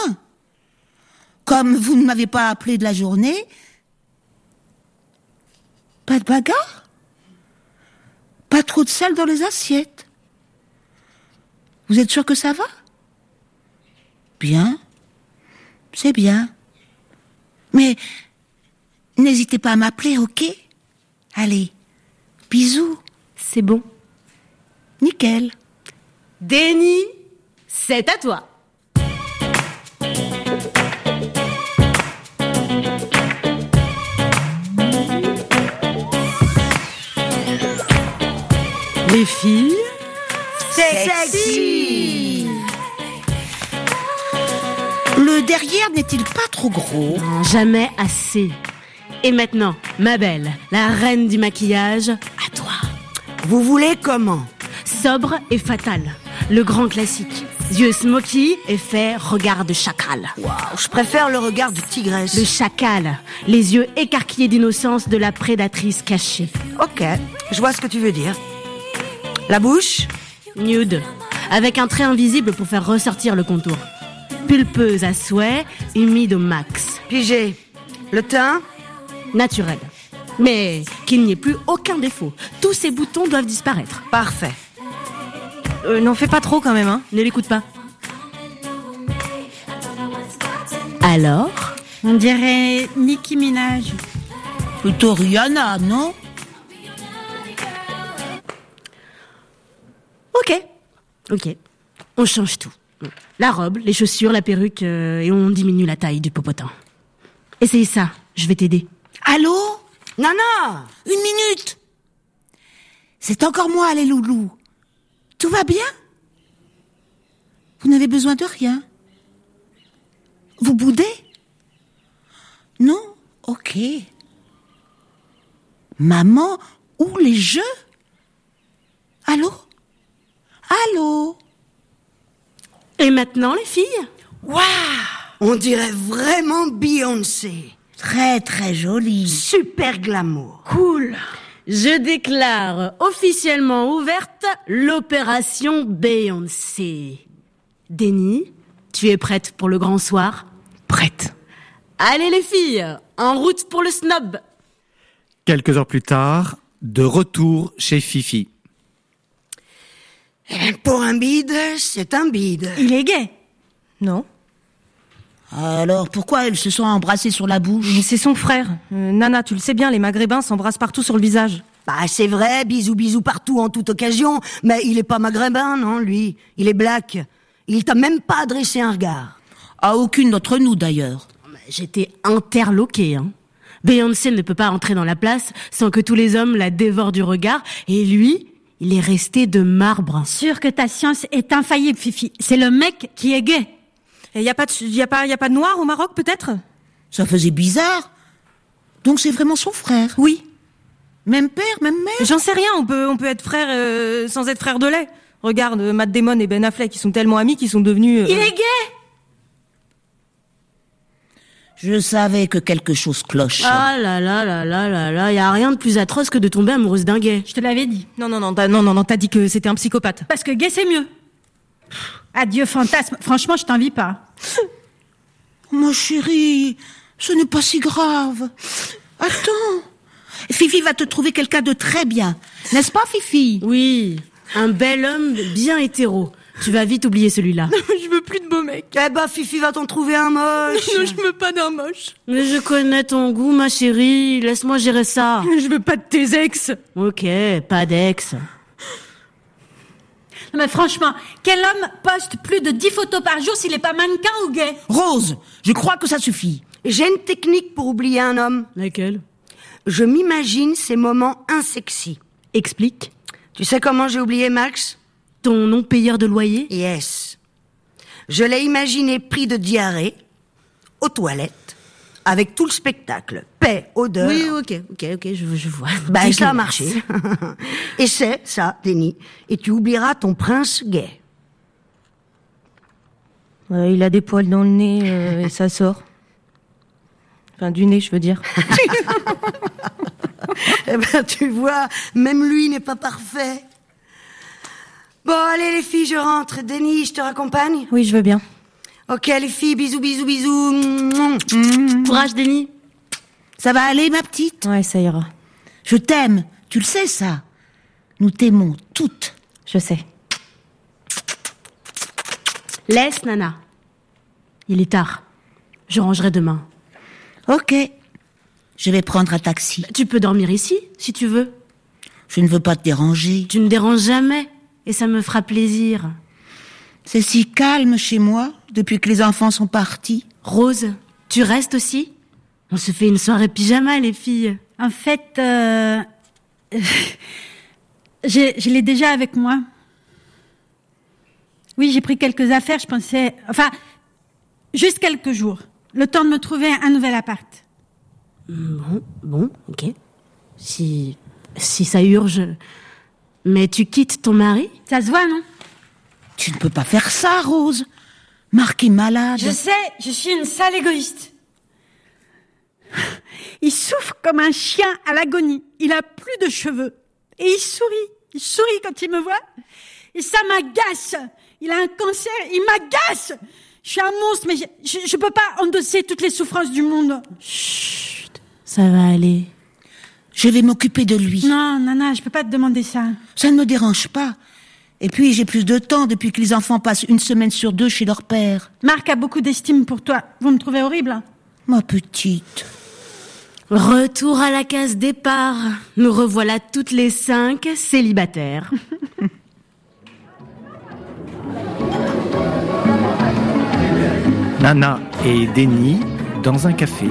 S9: Comme vous ne m'avez pas appelé de la journée, pas de bagarre Pas trop de sel dans les assiettes Vous êtes sûr que ça va Bien. C'est bien. Mais n'hésitez pas à m'appeler, ok Allez. Bisous.
S8: C'est bon.
S9: Nickel.
S8: Denny, c'est à toi. Les filles,
S9: Sexy Le derrière n'est-il pas trop gros
S8: jamais assez. Et maintenant, ma belle, la reine du maquillage, à toi.
S7: Vous voulez comment
S8: Sobre et fatale, le grand classique. Yeux smoky, effet regard de chacal.
S7: Waouh, je préfère le regard de tigresse.
S8: Le chacal, les yeux écarquillés d'innocence de la prédatrice cachée.
S7: Ok, je vois ce que tu veux dire. La bouche
S8: Nude, avec un trait invisible pour faire ressortir le contour. Pulpeuse à souhait, humide au max.
S7: Pigé. Le teint
S8: Naturel. Mais qu'il n'y ait plus aucun défaut. Tous ces boutons doivent disparaître.
S7: Parfait.
S10: Euh, N'en fais pas trop quand même, hein
S8: Ne l'écoute pas. Alors
S2: On dirait Nicki Minaj.
S9: Plutôt Rihanna, non
S8: Ok. Ok. On change tout. La robe, les chaussures, la perruque, euh, et on diminue la taille du popotin. Essaye ça, je vais t'aider.
S9: Allô
S7: Nana
S9: Une minute C'est encore moi, les loulous. Tout va bien Vous n'avez besoin de rien Vous boudez Non Ok. Maman, où les jeux Allô Allô
S8: Et maintenant, les filles
S7: Waouh On dirait vraiment Beyoncé.
S9: Très très jolie.
S7: Super glamour.
S8: Cool Je déclare officiellement ouverte l'opération Beyoncé. Denis, tu es prête pour le grand soir
S10: Prête.
S8: Allez les filles, en route pour le snob
S6: Quelques heures plus tard, de retour chez Fifi.
S7: Pour un bide, c'est un bide.
S2: Il est gay.
S10: Non.
S9: Alors pourquoi elles se sont embrassées sur la bouche
S10: Mais c'est son frère. Euh, Nana, tu le sais bien, les Maghrébins s'embrassent partout sur le visage.
S7: Bah c'est vrai, bisous bisous partout en toute occasion, mais il est pas maghrébin non lui, il est black. Il t'a même pas adressé un regard.
S9: À aucune d'entre nous d'ailleurs.
S8: J'étais interloquée, hein. Beyoncé ne peut pas entrer dans la place sans que tous les hommes la dévorent du regard, et lui, il est resté de marbre.
S2: Sûr que ta science est infaillible, Fifi. C'est le mec qui est gay.
S10: Et y a pas de, y a pas, y a pas de noir au Maroc peut-être
S9: Ça faisait bizarre. Donc c'est vraiment son frère.
S10: Oui.
S9: Même père, même mère.
S10: J'en sais rien. On peut, on peut être frère euh, sans être frère de lait. Regarde, euh, Matt Damon et Ben Affleck, ils sont tellement amis qu'ils sont devenus. euh,
S2: Il est gay.
S9: Je savais que quelque chose cloche.
S8: Ah là là là là là là, y a rien de plus atroce que de tomber amoureuse d'un gay.
S2: Je te l'avais dit.
S10: Non, non, non, t'as- non, non, non, t'as dit que c'était un psychopathe.
S2: Parce que gay, c'est mieux. Adieu, fantasme. Franchement, je t'envie pas.
S9: Oh, Ma chérie, ce n'est pas si grave. Attends. Fifi va te trouver quelqu'un de très bien. N'est-ce pas, Fifi
S8: Oui, un bel homme bien hétéro. Tu vas vite oublier celui-là.
S10: je veux plus de beaux mecs.
S7: Eh bah Fifi va t'en trouver un moche.
S10: veux pas d'un moche.
S8: Mais je connais ton goût, ma chérie. Laisse-moi gérer ça.
S10: Je veux pas de tes ex.
S8: Ok, pas d'ex.
S2: Non, mais franchement, quel homme poste plus de 10 photos par jour s'il est pas mannequin ou gay
S9: Rose, je crois que ça suffit.
S7: J'ai une technique pour oublier un homme.
S8: Laquelle
S7: Je m'imagine ces moments insexy.
S8: Explique.
S7: Tu sais comment j'ai oublié Max
S8: Ton non-payeur de loyer
S7: Yes. Je l'ai imaginé pris de diarrhée, aux toilettes, avec tout le spectacle. Paix, odeur.
S8: Oui, ok, ok, ok, je, Bah, je vois.
S7: Ben, ça a
S8: Dégueulasse.
S7: marché. et c'est ça, Denis. Et tu oublieras ton prince gay.
S10: Ouais, Euh, il a des poils dans le nez euh, et ça sort. Enfin, du nez, je veux dire.
S7: Eh ben, tu vois, même lui n'est pas parfait. Bon, allez, les filles, je rentre. Denis, je te raccompagne.
S10: Oui, je veux bien.
S7: Ok, les filles, bisous, bisous, bisous. Mouah.
S8: Courage, Denis.
S9: Ça va aller, ma petite
S10: Ouais, ça ira.
S9: Je t'aime. Tu le sais, ça. Nous t'aimons toutes.
S10: Je sais.
S8: Laisse, Nana. Il est tard. Je rangerai demain.
S9: Ok. Je vais prendre un taxi.
S8: Tu peux dormir ici, si tu veux.
S9: Je ne veux pas te déranger.
S8: Tu ne déranges jamais, et ça me fera plaisir.
S9: C'est si calme chez moi depuis que les enfants sont partis.
S8: Rose, tu restes aussi On se fait une soirée pyjama, les filles.
S2: En fait, euh, j'ai- je l'ai déjà avec moi. Oui, j'ai pris quelques affaires, je pensais... Enfin, juste quelques jours. Le temps de me trouver un nouvel appart.
S8: Bon, bon, ok. Si, si ça urge. Mais tu quittes ton mari
S2: Ça se voit, non
S9: Tu ne peux pas faire ça, Rose. Marc est malade.
S2: Je sais, je suis une sale égoïste. Il souffre comme un chien à l'agonie. Il a plus de cheveux. Et il sourit. Il sourit quand il me voit. Et ça m'agace. Il a un cancer. Il m'agace. Je suis un monstre, mais je, je, je peux pas endosser toutes les souffrances du monde.
S8: Ça va aller.
S9: Je vais m'occuper de lui.
S2: Non, Nana, je peux pas te demander ça.
S9: Ça ne me dérange pas. Et puis, j'ai plus de temps depuis que les enfants passent une semaine sur deux chez leur père.
S2: Marc a beaucoup d'estime pour toi. Vous me trouvez horrible hein
S9: Ma petite.
S8: Retour à la case départ. Nous revoilà toutes les cinq célibataires.
S6: Nana et Denis dans un café.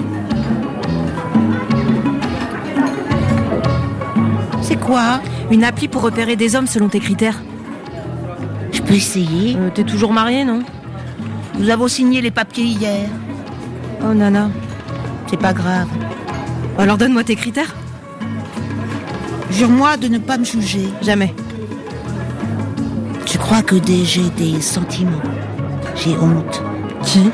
S9: C'est quoi
S10: Une appli pour repérer des hommes selon tes critères.
S9: Je peux essayer.
S10: Euh, T'es toujours mariée, non
S9: Nous avons signé les papiers hier.
S10: Oh, Nana.
S9: C'est pas grave.
S10: Alors donne-moi tes critères.
S9: Jure-moi de ne pas me juger.
S10: Jamais.
S9: Tu crois que des- j'ai des sentiments J'ai honte. Qui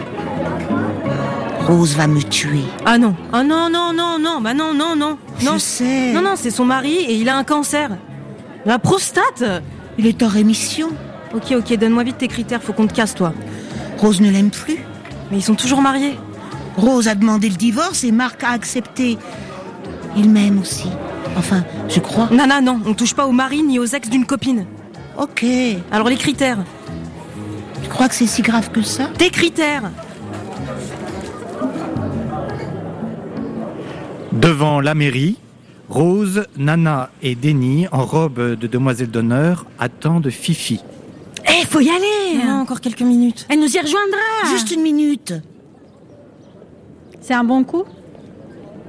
S9: Rose va me tuer.
S10: Ah non, ah non, non, non, non, bah non, non, non. non.
S9: Je sais.
S10: Non, non, c'est son mari et il a un cancer. La prostate
S9: Il est en rémission.
S10: Ok, ok, donne-moi vite tes critères, faut qu'on te casse, toi.
S9: Rose ne l'aime plus.
S10: Mais ils sont toujours mariés.
S9: Rose a demandé le divorce et Marc a accepté. Il m'aime aussi. Enfin, je crois.
S10: Nana, non, on touche pas au mari ni aux ex d'une copine.
S9: Ok. Tu
S10: Alors les critères
S9: crois que c'est si grave que ça
S10: Tes critères
S6: Devant la mairie, Rose, Nana et Denis, en robe de demoiselle d'honneur, attendent Fifi.
S2: Eh, faut y aller
S10: Non, encore quelques minutes.
S2: Elle nous y rejoindra
S9: Juste une minute.
S2: C'est un bon coup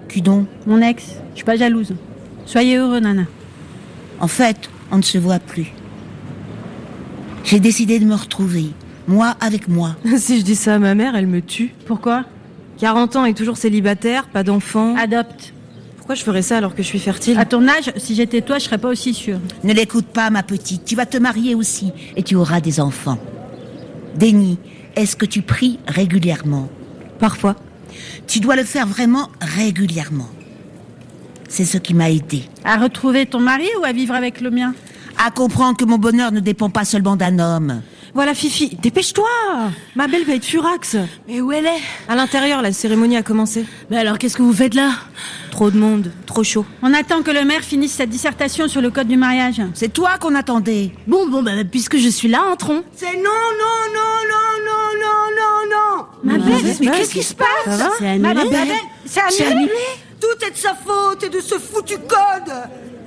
S9: Qui donc
S2: Mon ex, je suis pas jalouse. Soyez heureux, Nana.
S9: En fait, on ne se voit plus. J'ai décidé de me retrouver. Moi avec moi.
S10: si je dis ça à ma mère, elle me tue.
S2: Pourquoi
S10: 40 ans et toujours célibataire, pas d'enfant.
S2: Adopte.
S10: Pourquoi je ferais ça alors que je suis fertile
S2: À ton âge, si j'étais toi, je serais pas aussi sûre.
S9: Ne l'écoute pas, ma petite. Tu vas te marier aussi et tu auras des enfants. Denis, est-ce que tu pries régulièrement
S10: Parfois.
S9: Tu dois le faire vraiment régulièrement. C'est ce qui m'a aidé
S2: À retrouver ton mari ou à vivre avec le mien
S9: à comprendre que mon bonheur ne dépend pas seulement d'un homme.
S10: Voilà, Fifi, dépêche-toi Ma belle va être furax
S11: Mais où elle est
S10: À l'intérieur, la cérémonie a commencé.
S11: Mais alors qu'est-ce que vous faites là
S10: Trop de monde, trop chaud.
S2: On attend que le maire finisse sa dissertation sur le code du mariage.
S9: C'est toi qu'on attendait.
S11: Bon, bon, bah, puisque je suis là, entrons.
S7: C'est non, non, non, non, non, non, non, non.
S2: Ma belle,
S10: mais qu'est-ce qui se passe Ça va
S11: C'est annulé.
S2: Ma belle, c'est annulé
S7: Tout est de sa faute et de ce foutu code.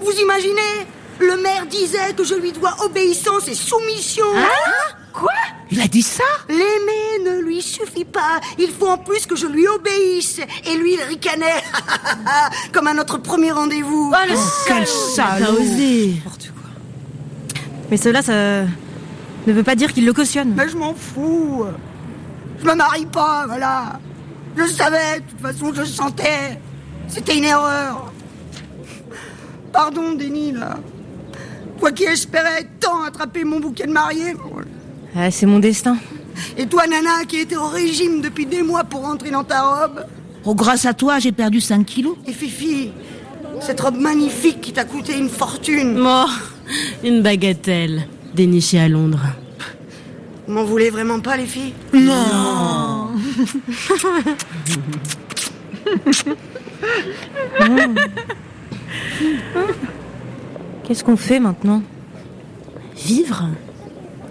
S7: Vous imaginez Le maire disait que je lui dois obéissance et soumission.
S9: Il a dit ça
S7: L'aimer ne lui suffit pas. Il faut en plus que je lui obéisse. Et lui, il ricanait. Comme à notre premier rendez-vous.
S9: Quel
S11: T'as
S9: salaud
S11: osé.
S10: N'importe quoi. Mais cela, ça ne veut pas dire qu'il le cautionne.
S7: Mais je m'en fous. Je me marie pas, voilà. Je savais, de toute façon, je sentais. C'était une erreur. Pardon, Denis, là. Toi qui espérais tant attraper mon bouquet de mariée.
S10: Ah, c'est mon destin.
S7: Et toi, Nana, qui était au régime depuis des mois pour rentrer dans ta robe.
S9: Oh, grâce à toi, j'ai perdu 5 kilos.
S7: Et Fifi, cette robe magnifique qui t'a coûté une fortune.
S11: Bon, une bagatelle. Dénichée à Londres.
S7: Vous m'en voulez vraiment pas, les filles
S10: Qu'est-ce qu'on fait maintenant
S11: Vivre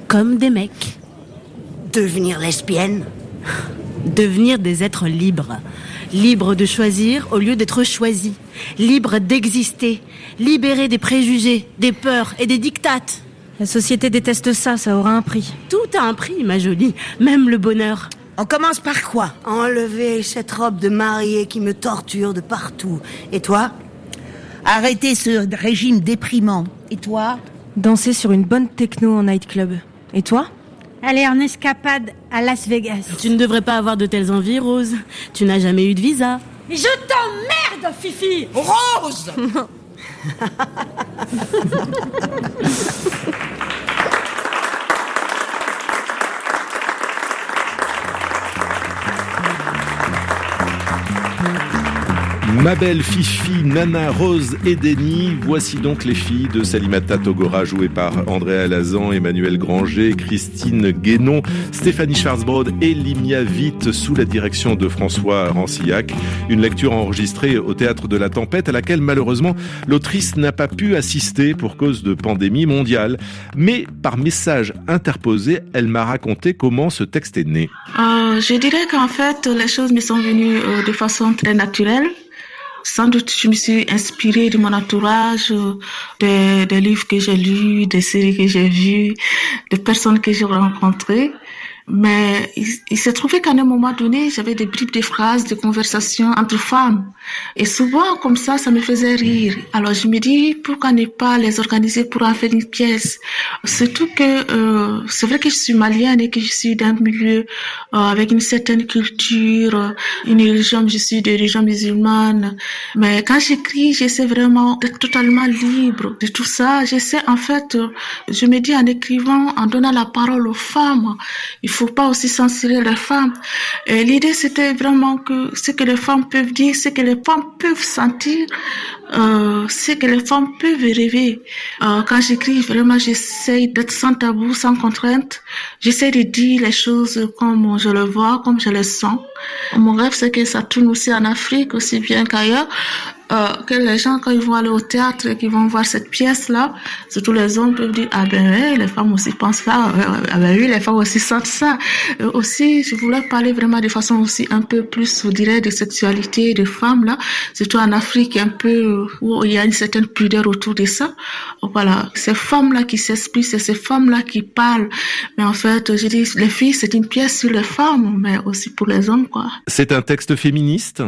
S11: comme des mecs.
S7: Devenir lesbienne
S11: Devenir des êtres libres. Libres de choisir au lieu d'être choisis. Libres d'exister. Libérés des préjugés, des peurs et des dictates.
S10: La société déteste ça, ça aura un prix.
S11: Tout a un prix, ma jolie. Même le bonheur.
S9: On commence par quoi
S7: Enlever cette robe de mariée qui me torture de partout. Et toi
S9: Arrêter ce régime déprimant. Et toi
S10: Danser sur une bonne techno en nightclub. Et toi
S2: Allez, en escapade à Las Vegas.
S11: Tu ne devrais pas avoir de telles envies, Rose. Tu n'as jamais eu de visa.
S2: Mais je t'emmerde, Fifi
S9: Rose
S5: Ma belle Fifi, Nana, Rose et Denis, voici donc les filles de Salimata Togora jouées par André Alazan, Emmanuel Granger, Christine Guénon, Stéphanie Schwarzbrod et Limia Witt sous la direction de François Rancillac. Une lecture enregistrée au Théâtre de la Tempête à laquelle malheureusement l'autrice n'a pas pu assister pour cause de pandémie mondiale. Mais par message interposé, elle m'a raconté comment ce texte est né.
S8: Euh, je dirais qu'en fait, les choses me sont venues euh, de façon très naturelle. Sans doute, je me suis inspirée de mon entourage, euh, des, des livres que j'ai lus, des séries que j'ai vues, des personnes que j'ai rencontrées. Mais il, il s'est trouvé qu'à un moment donné, j'avais des bribes de phrases, de conversations entre femmes. Et souvent, comme ça, ça me faisait rire. Alors je me dis, pourquoi ne pas les organiser pour en faire une pièce Surtout que euh, c'est vrai que je suis malienne et que je suis d'un milieu euh, avec une certaine culture, euh, une religion, je suis de religion musulmane. Mais quand j'écris, j'essaie vraiment d'être totalement libre de tout ça. J'essaie en fait, euh, je me dis en écrivant, en donnant la parole aux femmes, il faut pas aussi censurer les femmes. Et l'idée, c'était vraiment que ce que les femmes peuvent dire, ce que les femmes peuvent sentir, euh, ce que les femmes peuvent rêver. Euh, quand j'écris, vraiment, j'essaie d'être sans tabou, sans contrainte. J'essaie de dire les choses comme je le vois, comme je le sens. Mon rêve, c'est que ça tourne aussi en Afrique, aussi bien qu'ailleurs. Euh, que les gens, quand ils vont aller au théâtre et qu'ils vont voir cette pièce-là, surtout les hommes peuvent dire, ah ben oui, les femmes aussi pensent ça, ah ben oui, les femmes aussi sentent ça. Euh, aussi, je voulais parler vraiment de façon aussi un peu plus, on dirait, de sexualité, de femmes, là, surtout en Afrique, un peu, euh, où il y a une certaine pudeur autour de ça. Oh, Voilà, ces femmes-là qui s'expriment, c'est ces femmes-là qui parlent. Mais en fait, je dis, les filles, c'est une pièce sur les femmes, mais aussi pour les hommes, quoi.
S5: C'est un texte féministe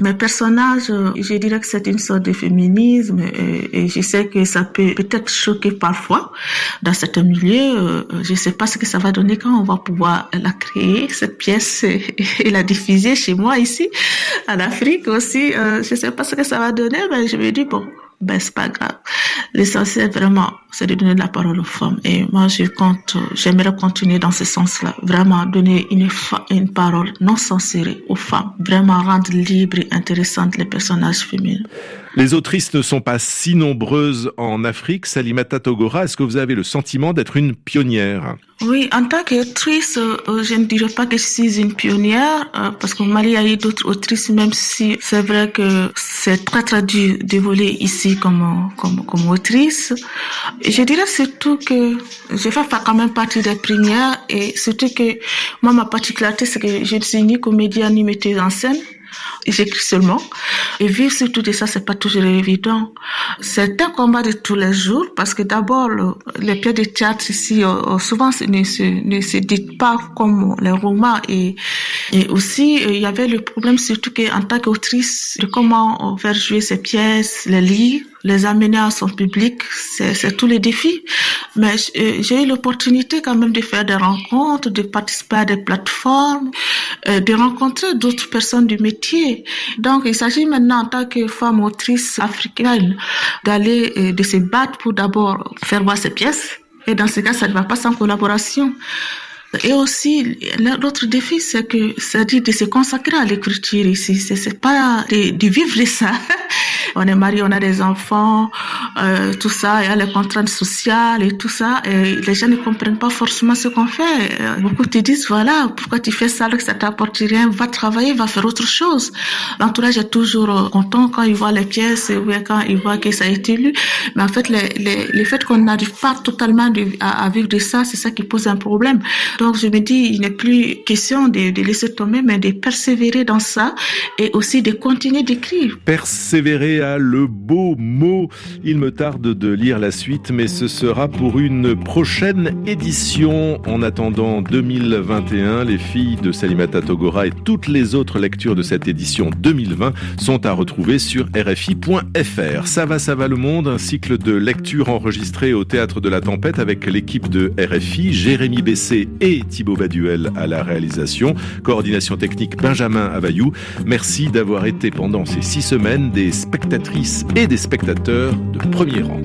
S8: Mes personnages, euh, je dirais que c'est une sorte de féminisme euh, et, je sais que ça peut peut-être choquer parfois dans certains milieux. euh, Je ne sais pas ce que ça va donner quand on va pouvoir la créer, cette pièce, et, et la diffuser chez moi ici, en Afrique aussi. Euh, Je ne sais pas ce que ça va donner, mais je me dis, bon, ben c'est pas grave. L'essentiel vraiment, c'est de donner de la parole aux femmes. Et moi, je compte, euh, j'aimerais continuer dans ce sens-là. Vraiment donner une, fa- une parole non censurée aux femmes. Vraiment rendre libres et intéressantes les personnages féminins.
S5: Les autrices ne sont pas si nombreuses en Afrique. Salimata Togora, est-ce que vous avez le sentiment d'être une pionnière
S8: Oui, en tant qu'autrice, euh, euh, je ne dirais pas que je suis une pionnière, euh, parce qu'au Mali, il y a eu d'autres autrices, même si c'est vrai que c'est très très dur d'évoluer ici comme, euh, comme, comme autrice. Je dirais surtout que je fais pas quand même partie des premières, et surtout que moi, ma particularité, c'est que je ne suis ni comédienne ni metteuse en scène. J'écris seulement. Et vivre surtout de ça, c'est pas toujours évident. C'est un combat de tous les jours parce que d'abord, le- les pièces de théâtre ici, euh, euh, souvent, c'est- ne se, ne se ditent pas comme les romans. Et, et aussi, euh, il y avait le problème surtout qu'en tant qu'autrice, de comment euh, faire jouer ces pièces, les lire, les amener à son public, c'est c'est tous les défis. Mais j- euh, j'ai eu l'opportunité quand même de faire des rencontres, de participer à des plateformes, euh, de rencontrer d'autres personnes du métier. Donc il s'agit maintenant en tant que femme autrice africaine d'aller euh, de se battre pour d'abord faire voir ses pièces. Et dans ce cas, ça ne va pas sans collaboration. Et aussi, l'autre défi, c'est que, c'est-à-dire de se consacrer à l'écriture ici. C'est, c'est pas de, de vivre ça. On est marié, on a des enfants, euh, tout ça. Il y a les contraintes sociales et tout ça. Et les gens ne comprennent pas forcément ce qu'on fait. Euh, Beaucoup te disent, voilà, pourquoi tu fais ça alors que ça t'apporte rien? Va travailler, va faire autre chose. L'entourage est toujours euh, content quand ils voient les pièces ou bien quand ils voient que ça a été lu. Mais en fait, les- les- le fait qu'on n'arrive pas totalement de- à, à vivre de ça, c'est ça qui pose un problème. Donc, je me dis, il n'est plus question de, de laisser tomber, mais de persévérer dans ça et aussi de continuer d'écrire.
S5: Persévérer à le beau mot. Il me tarde de lire la suite, mais ce sera pour une prochaine édition. En attendant 2021, les filles de Salimata Togora et toutes les autres lectures de cette édition 2020 sont à retrouver sur rfi.fr. Ça va, ça va le monde, un cycle de lectures enregistrées au Théâtre de la Tempête avec l'équipe de RFI, Jérémy Bessé et Thibaut Baduel à la réalisation, coordination technique Benjamin Availlou. Merci d'avoir été pendant ces six semaines des spectatrices et des spectateurs de premier rang.